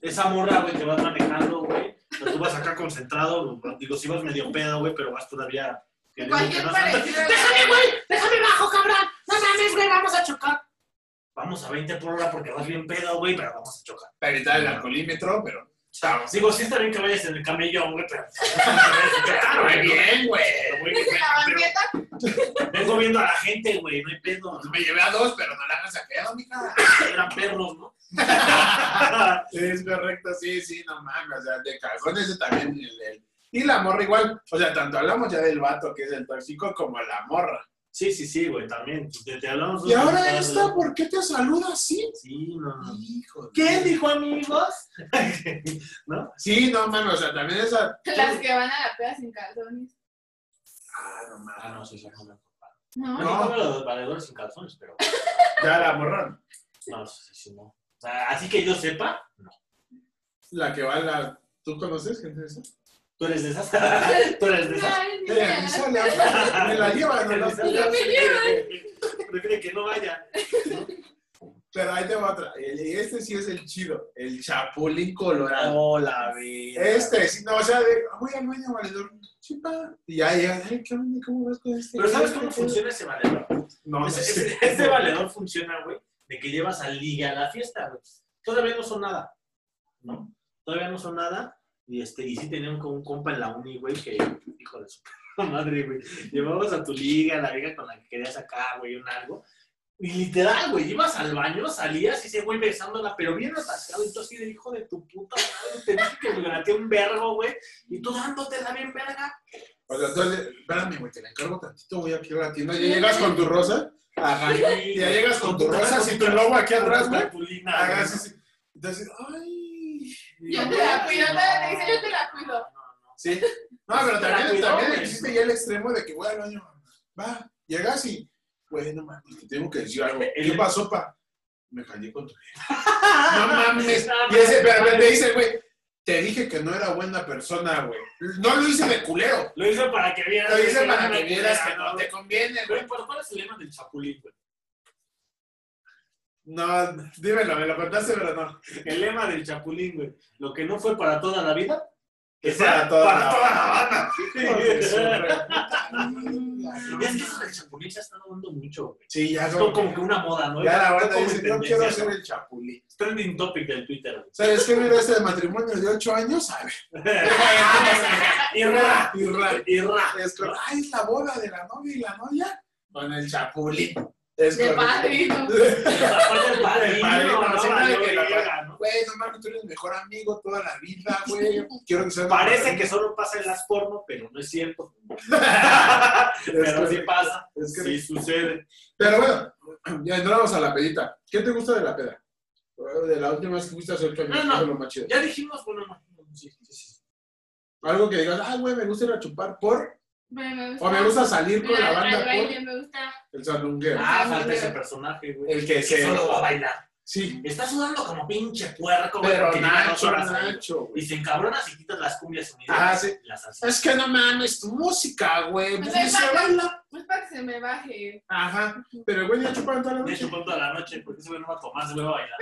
B: Esa morra, güey, que vas manejando, güey. pero tú vas acá concentrado, güey, digo, si vas medio pedo, güey, pero vas todavía. queriendo que
C: Cualquier
B: no-
C: parecido.
B: ¡Déjame, güey! ¡Déjame bajo, cabrón! ¡No mames, güey! ¡Vamos a chocar! Vamos a 20 por hora porque vas bien pedo, güey, pero vamos a chocar.
A: Para evitar el alcoholímetro, pero. Estamos.
B: Digo, sí está bien que vayas en el camellón, güey, pero. Claro,
A: Muy bien, güey.
C: ¿Dice la banqueta?
B: Vengo viendo a la gente, güey, no hay pedo.
A: Me llevé a dos, pero no la hagas a pedo, mija.
B: Eran perros, ¿no?
A: Es correcto, sí, sí, no mames. O sea, de cajón ese también. el- el- Y la morra igual. O sea, tanto hablamos ya del vato que es el tóxico como la morra.
B: Sí, sí, sí, güey, también. Pues, Te, te hablamos.
A: Y ahora esta, ¿por qué te saluda así?
B: Sí, no. no.
A: Hijo.
B: ¿Qué dijo, amigos? ¿No?
A: Sí, no mames. O sea, también esa.
C: Las que van a la peda sin calzones.
A: Ah, no
B: <laughs> Ah,
A: mames.
B: no, sí, sí, no. No,
C: No.
A: No.
B: no. los valedores sin calzones, pero.
A: Ya la morra.
B: No, sí, sí, sí, no. O sea, así que yo sepa, no.
A: La que va a la. ¿Tú conoces gente de esa?
B: Tú eres de esas. <laughs> Tú eres de esas.
C: Ay,
A: Eh, a mí
C: mira.
A: sale a- <laughs> me la
B: <laughs>
A: llevan,
B: Tú
A: ¿no?
B: eres de esas.
C: Me llevan.
B: Prefiere que no vaya.
A: Pero ahí te va otra. El- Este sí es el chido, el Chapulín Colorado.
B: Hola, vida.
A: Este, sí, no, o sea, de, voy al baño, valedor, chipa. Y ya llega, ay, ¿qué onda? ¿Cómo vas con este?
B: Pero ¿sabes
A: ¿Qué
B: cómo
A: pedo?
B: funciona <laughs> ese valedor?
A: No,
B: Ese,
A: sí.
B: ese- ese valedor funciona, güey, de que llevas al ligue a la fiesta, güey. Todavía no son nada, ¿no? Todavía no son nada. Y, este, y sí tenían como un compa en la uni, güey, que, hijo de su <laughs> puta madre, güey. Llevabas a tu liga, la liga con la que querías acá, güey, un algo. Y literal, güey, ibas al baño, salías y se güey besándola, pero bien atascado. Y tú así de hijo de tu puta madre, te dije que me graté un vergo, güey. Y tú dándotela bien verga.
A: O sea, entonces, espérame, güey, te la encargo tantito, voy aquí a la tienda. Ya llegas con tu rosa.
B: Ah,
A: Ajá. Ya llegas con tu rosa, si tu lobo aquí atrás, güey. Ah,
B: Hagas
A: Hagas así. Entonces, ay.
C: Yo te la cuido, te dice, yo te la
B: No, no,
C: cuido.
B: no.
A: Sí. No, pero
B: Te la
A: también,
B: cuidó,
A: también
B: Pues güey.
A: existe ya el extremo de que, güey, al baño, va, llegas y, güey, no mames, te tengo que decir algo. ¿Qué
B: El-
A: pasó, pa? Me callé con tu
B: No
A: <laughs> No
B: Ah,
A: mames. Y ese, pero me dice, güey, te dije que no era buena persona, güey. No lo hice de culero.
B: Lo hizo para que vieras.
A: Lo hice
B: güey,
A: para
B: era
A: que
B: una
A: vieras que
B: culera,
A: no te conviene, güey.
B: Güey, ¿por cuál es el lema del chapulín, güey?
A: No, dímelo, me lo contaste, pero no.
B: El lema del chapulín, güey. Lo que no fue para toda la vida, que
A: Es
B: sea
A: para toda
B: para
A: la-
B: toda la
A: <laughs>
B: banda. Y es que
A: Sí,
B: eso del chapulín se ha estado dando mucho, güey.
A: ya
B: Es
A: no.
B: como, como que una moda, ¿no?
A: Ya la
B: Está
A: banda
B: como
A: dice,
B: en
A: yo quiero
B: tendencia,
A: ser
B: ¿no?
A: el chapulín.
B: Es Trending topic del Twitter, güey.
A: ¿Sabes qué mira este de matrimonio de 8 años? A ver. <laughs>
B: y ra,
A: Y ra.
B: y ra.
A: Es cor- ah, es la boda de la novia y la novia con el chapulín. Es
C: De
A: correcto.
C: padrino.
B: Aparte el padrino,
A: El padrino,
B: ¿no?
A: sí,
B: Valió
A: que la-
B: verga, ¿no?
A: <laughs> Güey, no mames, tú eres mi mejor amigo toda la vida,
C: <laughs>
A: güey. Quiero que seas
B: Parece que solo pasa en las porno, pero no es cierto.
A: Es
B: pero
A: correcto.
B: sí pasa,
A: Es que-
B: sí sucede.
A: Pero bueno, <clears throat> ya entramos a la pedita. ¿Qué te gusta de la peda? De la última vez que fuiste hace 8 años,
B: No,
A: eso
B: no.
A: es lo más chido.
B: Ya dijimos, bueno, no, no, sí, sí, sí.
A: Algo que digas, ah, güey, me gusta ir a chupar por.
C: Bueno, me gusta.
A: O me gusta salir con
C: Mira,
A: la
C: al
A: banda
C: baile
A: por.
C: me gusta.
A: El sandunguero.
B: Ah, falta ese personaje, güey.
A: El que
B: Que
A: se.
B: solo va a bailar.
A: Sí,
B: Está sudando como pinche puerco, güey.
A: pero
B: porque lleva dos
A: Nacho,
B: horas ahí.
A: Nacho,
B: Y
A: güey.
B: se encabrona si quitas las cumbias unidas.
A: Ah, sí.
B: y Las así.
A: Es que no mames, tu música, güey.
C: Pues
A: Pues
C: ahí
A: ni se
C: va.
A: baila.
C: Pues para que se me baje.
A: Ajá. Pero, güey, ya chuparon toda la
B: De
A: noche.
B: hecho, por toda la noche, porque ese güey no va a tomar, se va a bailar.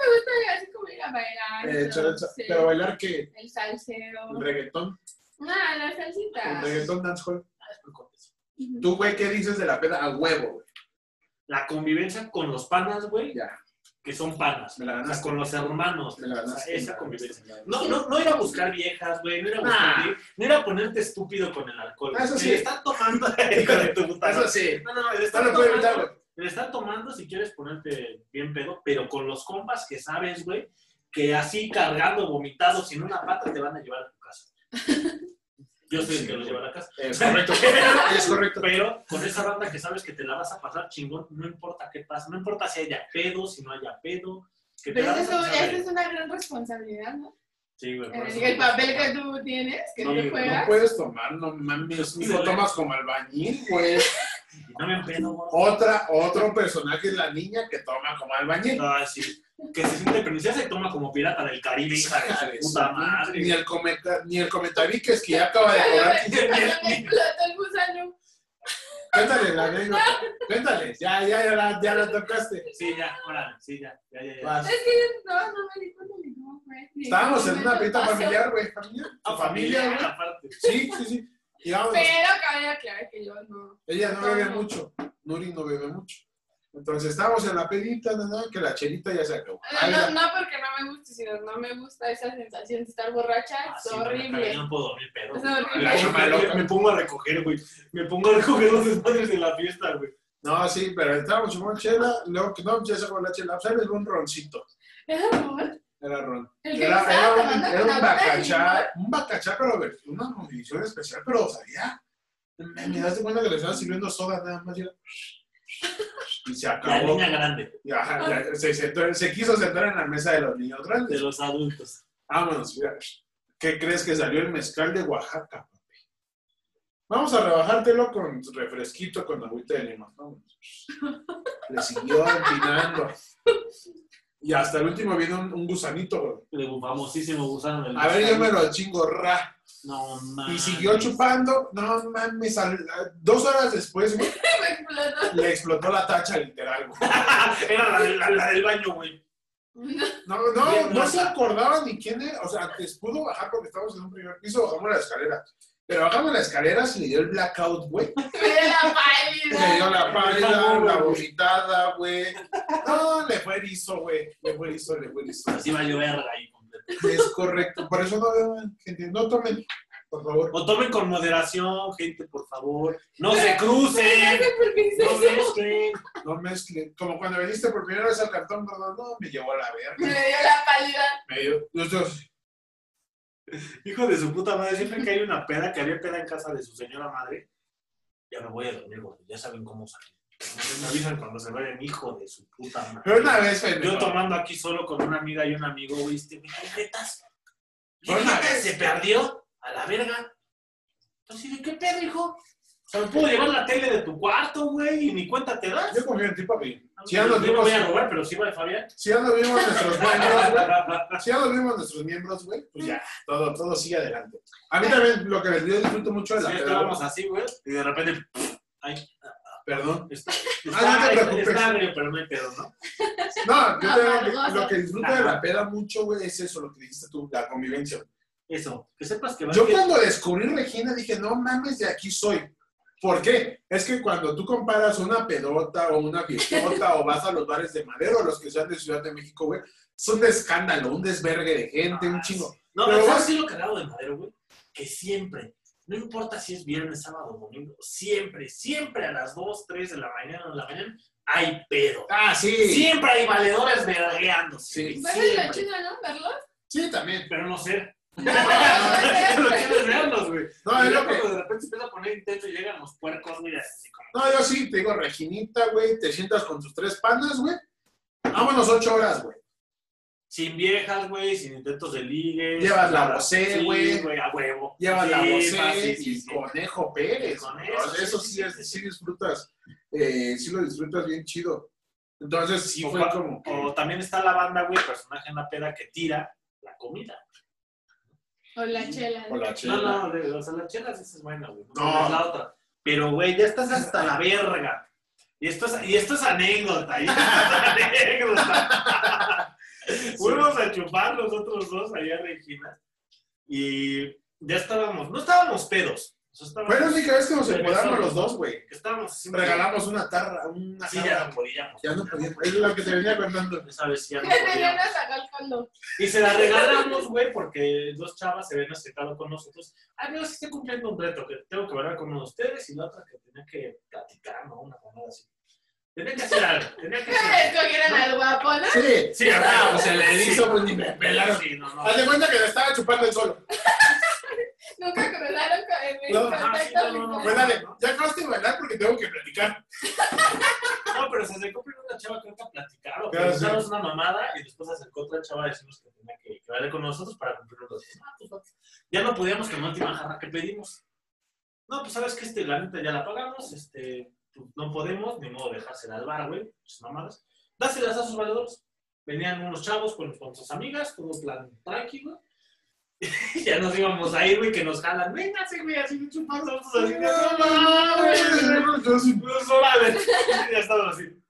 C: Me gusta así como ir a bailar.
A: Eh,
C: no
A: chale,
C: sé,
A: Pero bailar que.
C: El salseo.
A: El reggaetón.
C: Ah, la
A: El
C: salsita.
A: reggaetón dancehall.
B: Ah, es muy cortés.
C: Ujú.
A: Tú, güey, ¿qué dices de la peda? A huevo, güey.
B: La convivencia con los panas, güey,
A: Ya,
B: que son panas.
A: me la
B: O sea,
A: ganaste.
B: con los hermanos.
A: Me la
B: o sea,
A: ganaste.
B: esa
A: me la
B: convivencia.
A: ganaste.
B: No, no, no ir a buscar viejas, güey. No ir a buscar.
A: Nah.
B: viejas, No ir a ponerte estúpido con el alcohol.
A: Ah, eso
B: güey.
A: sí.
B: Le están tomando. <laughs> hijo de tu puta
A: Eso sí.
B: No, no, no, le
A: No
B: están
A: lo puedo
B: tomando-
A: evitar, güey.
B: le están tomando si quieres ponerte bien pedo, pero con los compas que sabes, güey, que así cargando, vomitado, sin una pata, te van a llevar a tu casa. Yo soy el que los lleva a la casa.
A: Es <laughs> correcto. es correcto.
B: Pero con esa banda que sabes que te la vas a pasar chingón, no importa qué pasa, no importa si haya pedo, si no haya pedo. Que te
C: Pero
B: la vas
C: eso,
B: a pasar
C: esa
B: bien.
C: es una gran responsabilidad, ¿no?
B: Sí, güey, por
C: El,
B: eso.
C: el papel que tú tienes, que
B: No,
C: tú
B: no
A: No
C: juegas.
A: puedes tomar, no mames. Hijo, tomas como albañil, güey.
B: No me pedo, güey.
A: Otra, otro personaje es la niña que toma como albañil.
B: No, sí. Que se siente pronunciada se toma como pirata del Caribe, hija
A: Hija
B: de
A: de
B: su
A: su
B: puta
A: madre.
B: madre.
A: Ni el cometa, ni el comentaviques que ya acaba de
C: Cuando
A: cobrar.
C: me- cuando me explotó el gusano.
A: Cuéntale la anécdota. Cuéntale. Ya, ya, ya la, ya la tocaste.
B: Sí, ya, órale, sí, ya, ya, ya, ya.
A: Vas.
C: Es que no, no me di cuenta ni cómo fue. ni
A: Estábamos
C: qué
A: en una
C: momento
A: pita
C: pasó.
A: familiar, güey. ¿Familia?
B: Ah,
A: ¿Tu familia, güey?
B: aparte.
A: Sí, sí, sí. Y vámonos.
C: Pero cabe aclarar que yo no.
A: Ella no bebe mucho, Nuri no bebe mucho. Entonces estamos en la pedita, nada, que la chelita ya se acabó.
C: No,
A: Ahí
C: Ah, no,
A: la-
C: no porque no me guste, sino no me gusta esa sensación de estar borracha.
B: Ah,
C: es
B: sí, güey, pero Yo
C: horrible.
B: no puedo dormir, pero.
C: Es horrible.
A: La chama loca.
B: Me pongo a recoger, güey. Me pongo a recoger los desmadres de la fiesta, güey.
A: No, sí, pero estábamos chupando chela, luego que no, ya se acabó la chela. Pues ahí les va un roncito.
C: Es amor.
A: Era ron.
C: <laughs> El que
A: Era,
C: estaba
A: era un,
C: tomando
A: era un
C: con la boca de limón.
A: bacachá, un bacachá, pero ver- una condición especial, pero sabía. Me, me das de cuenta que le estaban sirviendo soda nada más. Y, era- <laughs> y se
B: La
A: acabó.
B: niña grande,
A: Y ajá, la- se, sentó- se quiso sentar en la mesa de los niños
B: de
A: grandes.
B: los adultos.
A: Vámonos, mira. ¿Qué crees que salió el mezcal de Oaxaca, papi? Vamos a rebajártelo con refresquito con agüita de limón. Vámonos. Le siguió empinando. Y hasta el último viene un, un gusanito, güey.
B: De un famosísimo gusano del
A: A ver, yo me lo chingo, ra.
B: No, mames.
A: Y siguió chupando. No mames, al- a- dos horas después, güey,
C: Me explotó.
A: le explotó la tacha literal, güey.
B: Ah, Era la, la- la del baño, güey.
C: No,
A: No, no, no se acordaba ni quién era. O sea, les pudo bajar porque estábamos en un primer piso, bajamos la escalera. Pero bajando las escaleras le dio el blackout, güey.
C: Pero la
A: Le dio
C: pálida.
A: la pálida, la vomitada, güey. No, le fue erizo, güey. Le fue erizo, le fue erizo.
B: Así va a llover ahí completo.
A: Es correcto. Por eso no beban, gente. No tomen, por favor.
B: O tomen con moderación, gente, por favor. No
C: Pero-
B: se
C: Ya
B: crucen.
C: sé por qué hice
B: No
C: eso.
B: se crucen.
A: No mezclen. Como cuando viniste por primera vez al cartón, gordo, no, me llevó a la
C: Me
A: verga.
C: dio la pálida.
A: Me dio. Los dos.
B: Hijo de su puta madre, siempre que hay una peda, que había peda en casa de su señora madre, ya me voy a dormir, güey. Ya saben cómo salir. Entonces me avisan cuando se vayan, hijo de su puta madre.
A: Pero una vez,
B: Yo
A: pendejo.
B: tomando aquí solo con una amiga y un amigo, güey, este, güey, ¿qué metas?
A: Bueno, a ver.
B: se perdió a la verga. Entonces, ¿de qué pedo, hijo? O sea, me puedo llevar la tele de tu cuarto, güey, y ni cuenta te das.
A: Yo confío en ti, papi. Si ya
B: no,
A: nos
B: no me
A: vimos,
B: voy a robar, pero sí va el Fabián. Ah,
A: si ya nos vimos nuestros miembros, güey. Si ya nos vimos nuestros miembros, güey, pues ya, todo, todo sigue adelante. A mí también lo que les digo, disfruto mucho de
B: Sí,
A: la peda. güey.
B: estábamos así, güey, y de repente, pues, ay,
A: Perdón.
B: está,
A: Ah, no te
B: está-
A: preocupes.
B: está agrio, pero no hay pedo, ¿no?
A: No, yo
C: No,
A: te digo que
C: algo así.
A: lo que disfruto de la peda mucho, güey, es eso, lo que dijiste tú, la convivencia.
B: Eso, que sepas que va
A: Yo
B: que-
A: cuando descubrí Regina dije, no mames, de aquí soy. ¿Por qué? Es que cuando tú comparas una pedota o una fiestota o vas a los bares de madero, los que sean de Ciudad de México, güey, es un escándalo, un desvergue de gente, un
B: Ah,
A: chingo.
B: sí. No,
A: Pero
B: pero
A: vas-
B: ¿sabes qué es lo cagado de madero, güey? Que siempre, no importa si es viernes, sábado o domingo, siempre, siempre a las 2, 3 de la mañana, de la mañana, hay pedo.
A: Ah, sí.
B: Siempre hay valedores vergueándose.
A: Sí.
B: güey,
C: Pero es lo
B: siempre.
C: chido, ¿no? ¿Verlos?
A: Sí, también.
B: Pero no
A: <laughs>
B: sé. <laughs>
C: No,
B: Pero
C: no sé.
B: quieres verlos, güey.
A: No,
B: Y
A: es
B: ya
A: lo que...
B: cuando de repente se empieza a poner intenso y llegan los puercos, güey, así como.
A: No, yo sí, te digo, Reginita, güey, te sientas con tus tres panas, güey. Vámonos ocho horas, güey.
B: Sin viejas, güey, sin intentos de ligue.
A: Llevas la
B: voce,
A: vocé, güey.
B: a huevo.
A: Llevas
B: Sí,
A: la
B: va,
A: voce
B: sí,
A: y
B: sí, sí.
A: Conejo Pérez.
B: Con
A: ¿no?
B: eso, sí,
A: eso
B: sí,
A: sí,
B: sí,
A: es-
B: sí.
A: sí disfrutas, eh, sí lo disfrutas bien chido. Entonces sí
B: O
A: fue
B: cua-
A: como que-
B: O también está la banda, güey, personaje en la peda que tira la comida.
C: O la chela.
A: o la
B: No,
A: chela.
B: no, de, o sea, las chelas esa es buena, güey.
A: No.
B: No. Es la otra. Pero, güey, ya estás hasta la verga. Y esto es, y esto es anécdota, y esto es <laughs> anécdota. Fuimos a chupar los otros dos allá a Regina. Y ya estábamos, no estábamos pedos. O sea, estábamos,
A: Fue la única vez que nos
B: Regresó.
A: empodamos los dos, güey.
B: estábamos haciendo-
A: Regalamos una tarra, una
B: Sí, ya
A: jarra.
B: no podíamos.
A: Ya no podíamos. Es lo que te venía contando.
B: Esa vez
C: <laughs>
B: ya no
C: Ya
B: podíamos.
C: nos sacó el condón.
B: Y se la regalamos, güey, porque dos chavas se habían aceptado con nosotros. Ah, no, es que estoy cumpliendo un reto, que tengo que hablar con uno de ustedes y la otra que tenía que platicar, ¿no? Una mamada así. Tenía que hacer algo, tenía que hacer algo.
C: Escogieron al guapo, ¿no?
A: Sí,
B: Sí, o sea,
A: o sea, le hizo, pues ni me pelaron.
B: Sí, no, no.
A: Haz de cuenta que le estaba chupando el sol.
C: Nunca cruzaron con el
A: No,
B: ajá, sí, no, no,
A: Fue
C: contacto.
A: la de, Pues ya acabaste de bailar porque tengo que
B: <laughs>
A: platicar.
B: No, pero se acercó primero una chava que nunca platicaron,
A: Claro, sí.
B: platicaron una mamada y después se acercó otra chava a decirnos que tenía que, que hablar con nosotros para cumplir los retos. Ah, pues, ok. ya no podíamos con la última jarra que pedimos. No, pues sabes que este, la neta ya la pagamos, este, pues, no podemos, ni modo dejársela al bar, güey, sus mamadas. Dáselas a sus valedores. Venían unos chavos con, con sus amigas, todo plan tranquilo. ya nos íbamos a ir, güey, que nos jalan. Venga, güey, así me chupas, vamos así. No, mames, Dos horas. Ya estamos así.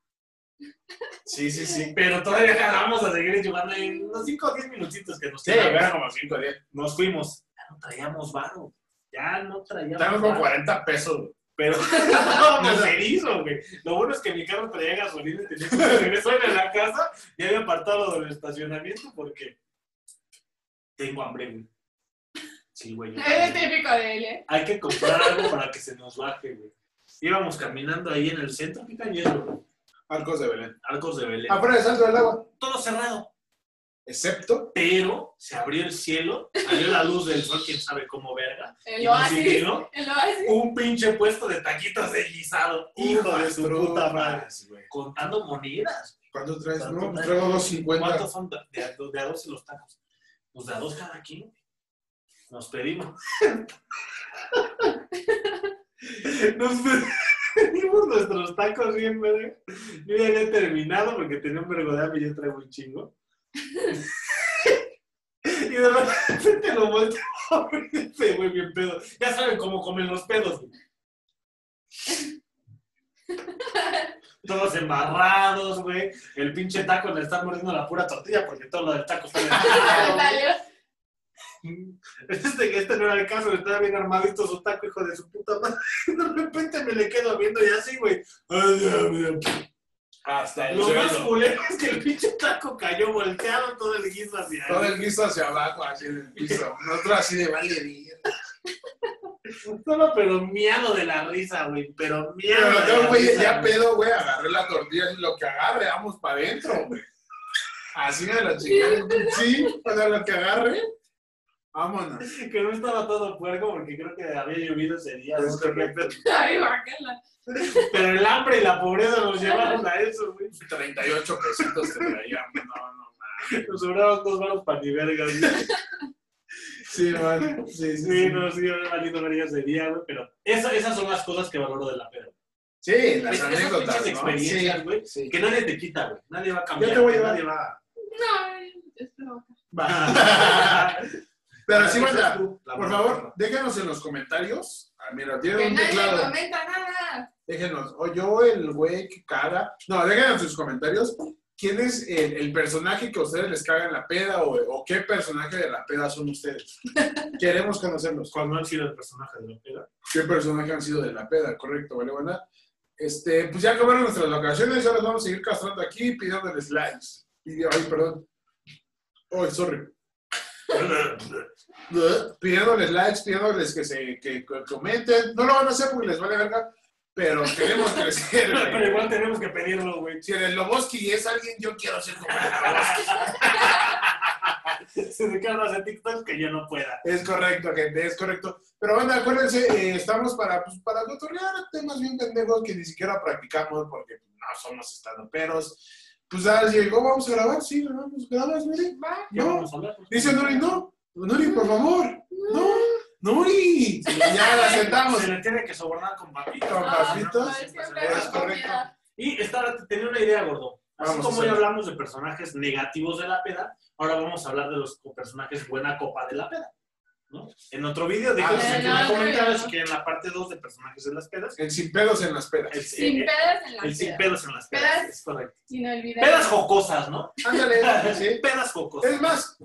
A: Sí, sí, sí.
B: Pero todavía jalamos a seguir llevando ahí unos 5 o 10 minutitos que nos
A: Sí,
B: quedaban.
A: eran como 5 o 10.
B: Nos fuimos. Ya no traíamos varo. Ya no traíamos
A: Estamos con
B: varo.
A: 40 pesos, güey.
B: Pero <laughs> estábamos erizos, güey. Lo bueno es que mi carro traía gasolina y tenía que regresar a la casa. Ya había apartado del estacionamiento porque tengo hambre, güey. Sí, güey.
A: Eh.
B: yo
C: Es
B: también.
C: típico de él, ¿eh?
B: Hay que comprar algo para que se nos baje, güey. Íbamos caminando ahí en el centro, ¿qué calle es, güey?
A: Arcos de Belén.
B: Arcos de Belén.
A: Afuera Ah, de Salto del Agua.
B: Todo cerrado.
A: excepto
B: Pero se abrió el cielo, salió la luz del sol, quién sabe cómo verga.
C: El
B: Y nos
C: oasis.
B: siguieron
C: El oasis.
B: Un pinche puesto de taquitos de guisado. Hijo de su puta madre. Contando monedas.
A: ¿Cuánto traes?
B: ¿Cuánto
A: Pues No,
B: traes?
A: traigo
B: ¿Cuántos
A: 250.
B: son de a, de a dos y los tacos? Pues de a dos cada quien. Nos pedimos. <laughs> Nos pedimos nuestros tacos bien, verga. Yo ya había terminado porque tenía un vergo de hambre y yo traigo un chingo. y de repente lo vuelto <laughs> a ver, este güey bien pedo. Ya saben cómo comen los
A: <laughs>
B: pedos. güey. Todos embarrados, güey. El
A: <laughs>
B: pinche taco le está mordiendo la pura tortilla porque todo lo del taco está en
C: Salió.
B: Este, este no era el caso, estaba bien armado estos su taco, hijo de su puta madre. <laughs> De repente me le quedo viendo y así, güey. Ay, Dios mío.
A: Hasta el
B: Lo más
A: suelo.
B: culero es que el pinche taco cayó volteado todo el guiso hacia
A: Todo
B: él.
A: el piso hacia abajo, así en el <laughs> piso. Nosotros así de vale bien.
B: Estaba pero miado de la risa, güey. Pero
A: Pero
B: miado. de la
A: yo, Ah, güey,
B: risa,
A: ya
B: güey.
A: pedo, güey, agarré la tortilla y lo que agarre, vamos para adentro, güey. Así de la chica. Sí, o sea, lo que agarre, vámonos.
B: Que no estaba todo puerco porque creo que había llovido ese día.
A: Es
B: ¿no?
A: correcto.
C: Ay, guácala.
B: Pero el hambre y la
A: <laughs>
B: pobreza nos llevaron a eso, güey.
A: 38 pesitos te traían. No, no, mames.
B: Nos sobraban dos manos para ni verga, güey.
A: Sí, man. Sí, sí.
B: Sí,
A: <laughs> Sí,
B: no, sí, ahora valiendo verga ese día, güey. Pero esa- esas son las cosas que valoro de la peda.
A: sí las
B: Esas
A: anécdotas, ¿no?
B: pinches
A: Sí,
B: experiencias, güey.
A: sí.
B: Que nadie te quita, güey. Nadie va a cambiar.
A: Yo te voy a llevar.
B: Nadie <laughs> va.
C: No, espero.
A: Va. <laughs> Pero sí,
B: Esa es
A: banda,
B: tu- la
A: por
B: mano.
A: favor, déjenos en los comentarios. Ah, mira, tiene
C: Que
A: un
C: nadie
A: teclado.
C: comenta nada.
A: Déjenos, o yo, el güey que caga. No, déjenos sus comentarios. ¿Quién es el, el personaje que a ustedes les caga en la peda o, o qué personaje de la peda son ustedes? Queremos conocerlos.
B: Cuando han sido el personaje de la
A: <laughs>
B: peda.
A: ¿Qué personaje han sido de la peda? Correcto, ¿vale, banda? Este, pues ya acabaron nuestras vacaciones, ya los vamos a seguir castrando aquí pidiéndoles likes. Y, ay, perdón. Ay, sorry. pidiéndoles likes, pidiéndoles que se que, que comenten. No lo van a hacer porque les vale verga, pero queremos
B: <laughs>
A: crecer. güey.
B: Pero igual tenemos que pedirlo, güey.
A: Si en el Loboski es alguien, yo quiero ser como el Loboski.
B: Se dedican más a TikTok que yo no pueda.
A: Es correcto, gente, es correcto. Pero bueno, acuérdense, eh, estamos para, pues, para cotorrear temas bien pendejos que ni siquiera practicamos porque no somos estandoperos. Pues ya llegó, vamos a grabar, sí, grabamos, grabas, Nuri.
C: Va.
B: Ya
A: No.
B: vamos a hablar.
A: Dice Nuri, no, Nuri, por favor, no,
B: Mm.
A: Nuri. Ya la sentamos.
B: Se le tiene que sobornar con Ah, papitas.
A: Con papitas.
C: pues, siempre
A: Es
C: la
A: correcto.
C: comida.
B: Y estaba, tenía una idea, gordo. Así
A: Vamos a
B: como ya
A: hacerlo.
B: hablamos de personajes negativos de la peda, ahora vamos a hablar de los co- personajes buena copa de la peda. ¿no? En otro video, déjenos
A: Ah,
B: en
A: sí.
B: los
C: No, no,
B: comentarios
C: no.
B: que en la parte 2 de personajes de las pedas,
A: El sin pedos en las pedas.
B: el,
C: Sin
B: eh,
C: pedas en la
B: el sin
C: peda.
B: pedos en las pedas.
C: Pedas.
B: Es correcto.
C: Inolvidable.
B: Pedas jocosas, ¿no?
A: Ándale, sí.
B: Pedas jocosas.
A: Es más,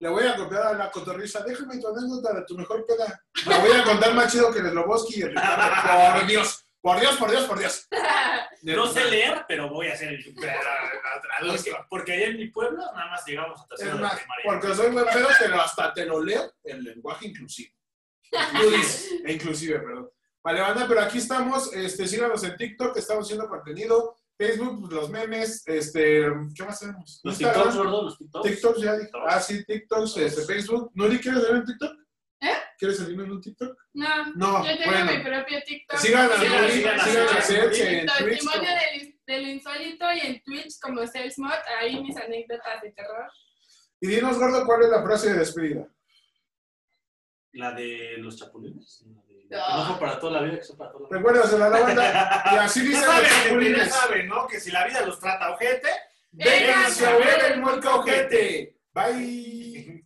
A: le voy a copiar a la cotorriza. Déjame tu anécdota de tu mejor peda. La voy a contar más chido que el Loboski y el Ricardo. Por Dios, por Dios, por Dios, por Dios.
B: <laughs> No sé leer, pero voy a hacer el.
A: Pero, la
B: Porque,
A: traduzco.
B: porque allá en mi pueblo nada más llegamos a tercero
A: Es
B: de
A: más,
B: primaria.
A: porque soy buen pedo, pero hasta te lo leo en lenguaje inclusivo. Inclusive, inclusive, perdón. Vale, banda, pero aquí estamos. Este, síganos en TikTok, estamos haciendo contenido. Facebook, pues, los memes. Este, ¿Qué más tenemos?
B: Los
A: Instagram.
B: TikToks, gordo, los TikToks.
A: TikTok ya dije. Ah, sí, TikTok, este, Facebook. ¿Nuri quieres salir en TikTok?
C: ¿Eh?
A: ¿Quieres salir en un TikTok?
C: No.
A: No,
C: Yo tengo
A: bueno.
C: mi propio TikTok.
A: Sigan a
B: Síganos,
A: Nuri, sigan
B: síganos,
A: a
B: síganos.
A: Serge en
C: El
A: Twitch.
C: testimonio
A: como-
C: del, del insólito y en Twitch como Salesmod, ahí mis anécdotas de terror.
A: Y dinos, gordo, ¿cuál es la frase de despedida?
B: La de los chapulines. La de...
C: No.
B: No fue para toda la vida, que son para toda la vida.
A: Recuérdasela a la
B: <laughs>
A: banda. Y así
B: Ya
A: dicen los
B: saben, gente, ya
A: chapulines.
B: saben, ¿no? Que si la vida los trata ojete,
A: Vengan
C: Vengan
A: a ver el muerto ojete. Bye.